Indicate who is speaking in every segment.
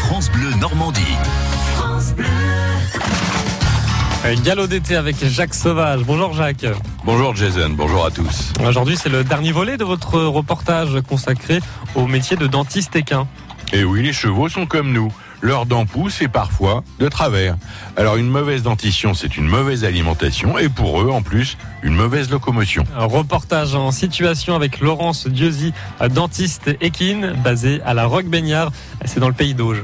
Speaker 1: France Bleu Normandie.
Speaker 2: Galop d'été avec Jacques Sauvage. Bonjour Jacques.
Speaker 3: Bonjour Jason, bonjour à tous.
Speaker 2: Aujourd'hui, c'est le dernier volet de votre reportage consacré au métier de dentiste équin.
Speaker 3: Et Eh oui, les chevaux sont comme nous. Leur dent pousse et parfois de travers. Alors une mauvaise dentition, c'est une mauvaise alimentation et pour eux, en plus, une mauvaise locomotion.
Speaker 2: Un reportage en situation avec Laurence Dieuzy, dentiste équine, basée à la Roque-Baignard. C'est dans le pays d'Auge.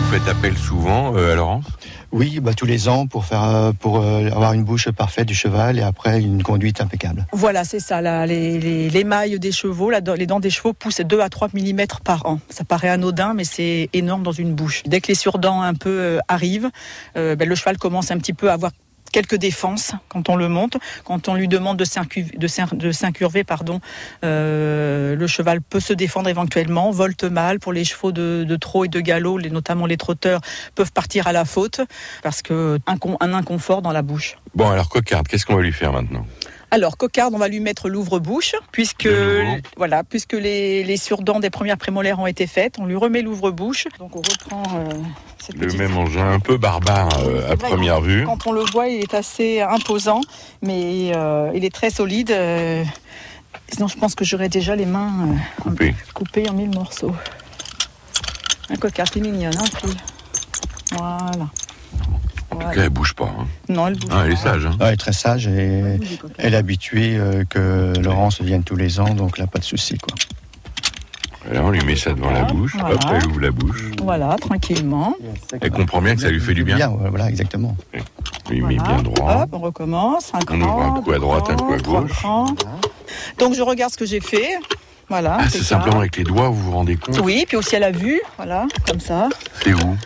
Speaker 3: Vous faites appel souvent euh, à Laurence
Speaker 4: Oui, bah, tous les ans pour faire euh, pour euh, avoir une bouche parfaite du cheval et après une conduite impeccable.
Speaker 5: Voilà, c'est ça. là, les, les- les mailles des chevaux, la dent- les dents des chevaux poussent 2 à 3 mm par an. Ça paraît anodin, mais c'est énorme dans une bouche. Dès que les surdents un peu euh, arrivent, euh, ben, le cheval commence un petit peu à avoir quelques défenses quand on le monte. Quand on lui demande de s'incu- de s'in- de s'incurver, pardon, euh, le cheval peut se défendre éventuellement. Volte mal pour les chevaux de, de trot et de galop, les- notamment les trotteurs, peuvent partir à la faute parce que un, con- un inconfort dans la bouche.
Speaker 3: Bon, alors cocarde, qu'est-ce qu'on va lui faire maintenant
Speaker 5: Alors, cocarde, on va lui mettre l'ouvre-bouche, puisque,
Speaker 3: De nouveau.
Speaker 5: voilà, puisque les, les surdents des premières prémolaires ont été faites. On lui remet l'ouvre-bouche. Donc, on reprend euh, cette
Speaker 3: Le
Speaker 5: petite-
Speaker 3: même engin un peu barbare euh, à
Speaker 5: C'est vrai.
Speaker 3: première vue.
Speaker 5: Quand on le voit, il est assez imposant, mais euh, il est très solide. euh, Sinon, je pense que j'aurais déjà les mains euh,
Speaker 3: Coupé.
Speaker 5: coupées en mille morceaux. Un cocarde, c'est mignonne, hein, le petit. Voilà.
Speaker 3: En tout
Speaker 5: Voilà.
Speaker 3: cas, elle bouge pas. hein.
Speaker 5: Non, elle bouge.
Speaker 3: Ah, elle est
Speaker 5: pas.
Speaker 3: sage. hein.
Speaker 4: Ouais, elle est très sage et
Speaker 5: Elle bouge, les cocardes.
Speaker 4: elle est habituée euh, que Laurence vienne tous les ans, donc là pas de souci quoi.
Speaker 3: Là, on lui met ça devant la bouche.
Speaker 5: Voilà.
Speaker 3: Hop, elle ouvre la bouche.
Speaker 5: Voilà, tranquillement.
Speaker 3: Elle comprend bien que ça lui fait du bien.
Speaker 4: ouais, voilà, exactement.
Speaker 3: On lui met
Speaker 5: Voilà.
Speaker 3: bien droit.
Speaker 5: Hop, on recommence. Un
Speaker 3: On ouvre
Speaker 5: cran,
Speaker 3: un coup à
Speaker 5: deux
Speaker 3: droite, un
Speaker 5: crans,
Speaker 3: coup à
Speaker 5: trois
Speaker 3: gauche.
Speaker 5: crans. Donc je regarde ce que j'ai fait. Voilà.
Speaker 3: Ah, c'est
Speaker 5: ça.
Speaker 3: simplement avec les doigts, vous vous rendez compte
Speaker 5: Oui, puis aussi à la vue, voilà, comme ça.
Speaker 3: C'est où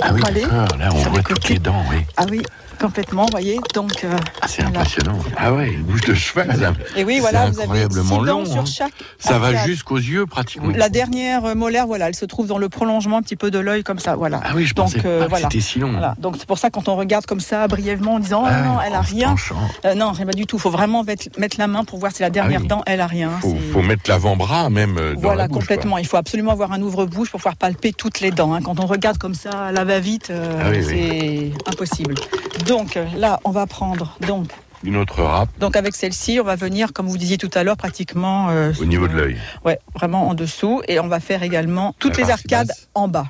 Speaker 3: Ah oui,
Speaker 5: Allez.
Speaker 3: d'accord. Là, on
Speaker 5: Ça va
Speaker 3: voit toutes
Speaker 5: coquer.
Speaker 3: les dents, oui.
Speaker 5: Ah oui, complètement, vous voyez. Donc, euh,
Speaker 3: Ah, c'est
Speaker 5: Voilà.
Speaker 3: impressionnant. Ah ouais, une bouche de cheval. ça-
Speaker 5: et oui,
Speaker 3: C'est
Speaker 5: voilà, vous avez six
Speaker 3: incroyablement
Speaker 5: dents
Speaker 3: long,
Speaker 5: sur
Speaker 3: hein.
Speaker 5: chaque.
Speaker 3: Ça va
Speaker 5: arcade.
Speaker 3: jusqu'aux yeux pratiquement.
Speaker 5: Ah, La dernière euh, molaire, voilà, elle se trouve dans le prolongement un petit peu de l'œil, comme ça, voilà.
Speaker 3: Ah oui, je
Speaker 5: Donc,
Speaker 3: pensais
Speaker 5: euh,
Speaker 3: pas
Speaker 5: voilà.
Speaker 3: que c'était si long.
Speaker 5: Voilà. Donc c'est pour ça quand on regarde comme ça brièvement en disant
Speaker 3: Ah,
Speaker 5: Ah non, elle a
Speaker 3: en se
Speaker 5: rien.
Speaker 3: penchant.
Speaker 5: Euh, non, rien du tout. Faut vraiment mettre, mettre la main pour voir si la dernière
Speaker 3: Ah oui.
Speaker 5: dent, elle a rien. hein.
Speaker 3: Faut,
Speaker 5: Ah, C'est-
Speaker 3: faut mettre l'avant-bras même euh, dans
Speaker 5: Voilà,
Speaker 3: la bouche, quoi.
Speaker 5: complètement. Il faut absolument avoir un ouvre-bouche pour pouvoir palper toutes les dents. hein. Quand on regarde comme ça à la va-vite, euh,
Speaker 3: Ah oui,
Speaker 5: c'est impossible. Donc euh, là, on va prendre. Donc,
Speaker 3: Une autre râpe
Speaker 5: donc avec celle-ci, on va venir, comme vous disiez tout à l'heure, pratiquement. euh,
Speaker 3: au niveau de l'œil.
Speaker 5: Ouais, vraiment en dessous. Et on va faire également toutes
Speaker 3: La
Speaker 5: les
Speaker 3: partie
Speaker 5: arcades
Speaker 3: basse.
Speaker 5: en bas.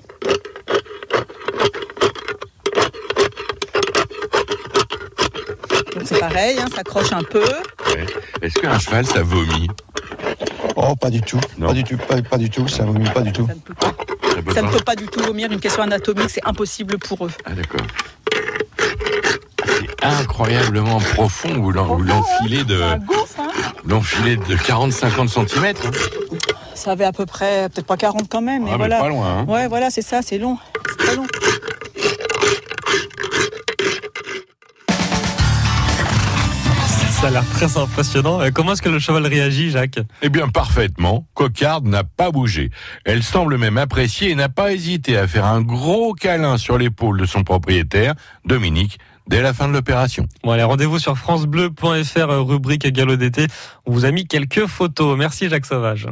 Speaker 5: Donc c'est pareil, hein, ça croche un peu.
Speaker 3: Est-ce qu'un cheval, ça vomit
Speaker 4: Oh, pas du tout,
Speaker 3: Non.
Speaker 4: pas du tout, pas, pas du tout, ça vomit pas du tout.
Speaker 5: Ça ne peut pas,
Speaker 3: Ça peut
Speaker 5: ça ne
Speaker 3: pas
Speaker 5: peut pas du tout vomir. Une question anatomique, c'est impossible pour eux.
Speaker 3: Ah d'accord. C'est incroyablement profond. Vous l'en-
Speaker 5: hein.
Speaker 3: vous l'enfilez de,
Speaker 5: Ça gonfle, hein.
Speaker 3: l'enfilez de 40-50 cm.
Speaker 5: Ça avait à peu près, peut-être pas 40 quand même, mais voilà.
Speaker 3: pas loin. hein.
Speaker 5: ouais, voilà, c'est ça, c'est long. C'est très long.
Speaker 2: Ça a l'air très impressionnant. Euh, Comment est-ce que le cheval réagit, Jacques
Speaker 3: Eh bien, parfaitement, Cocarde n'a pas bougé. Elle semble même apprécier et n'a pas hésité à faire un gros câlin sur l'épaule de son propriétaire, Dominique, dès la fin de l'opération.
Speaker 2: Bon, allez, rendez-vous sur francebleu.fr, euh, rubrique galop d'été. On vous a mis quelques photos. Merci, Jacques Sauvage.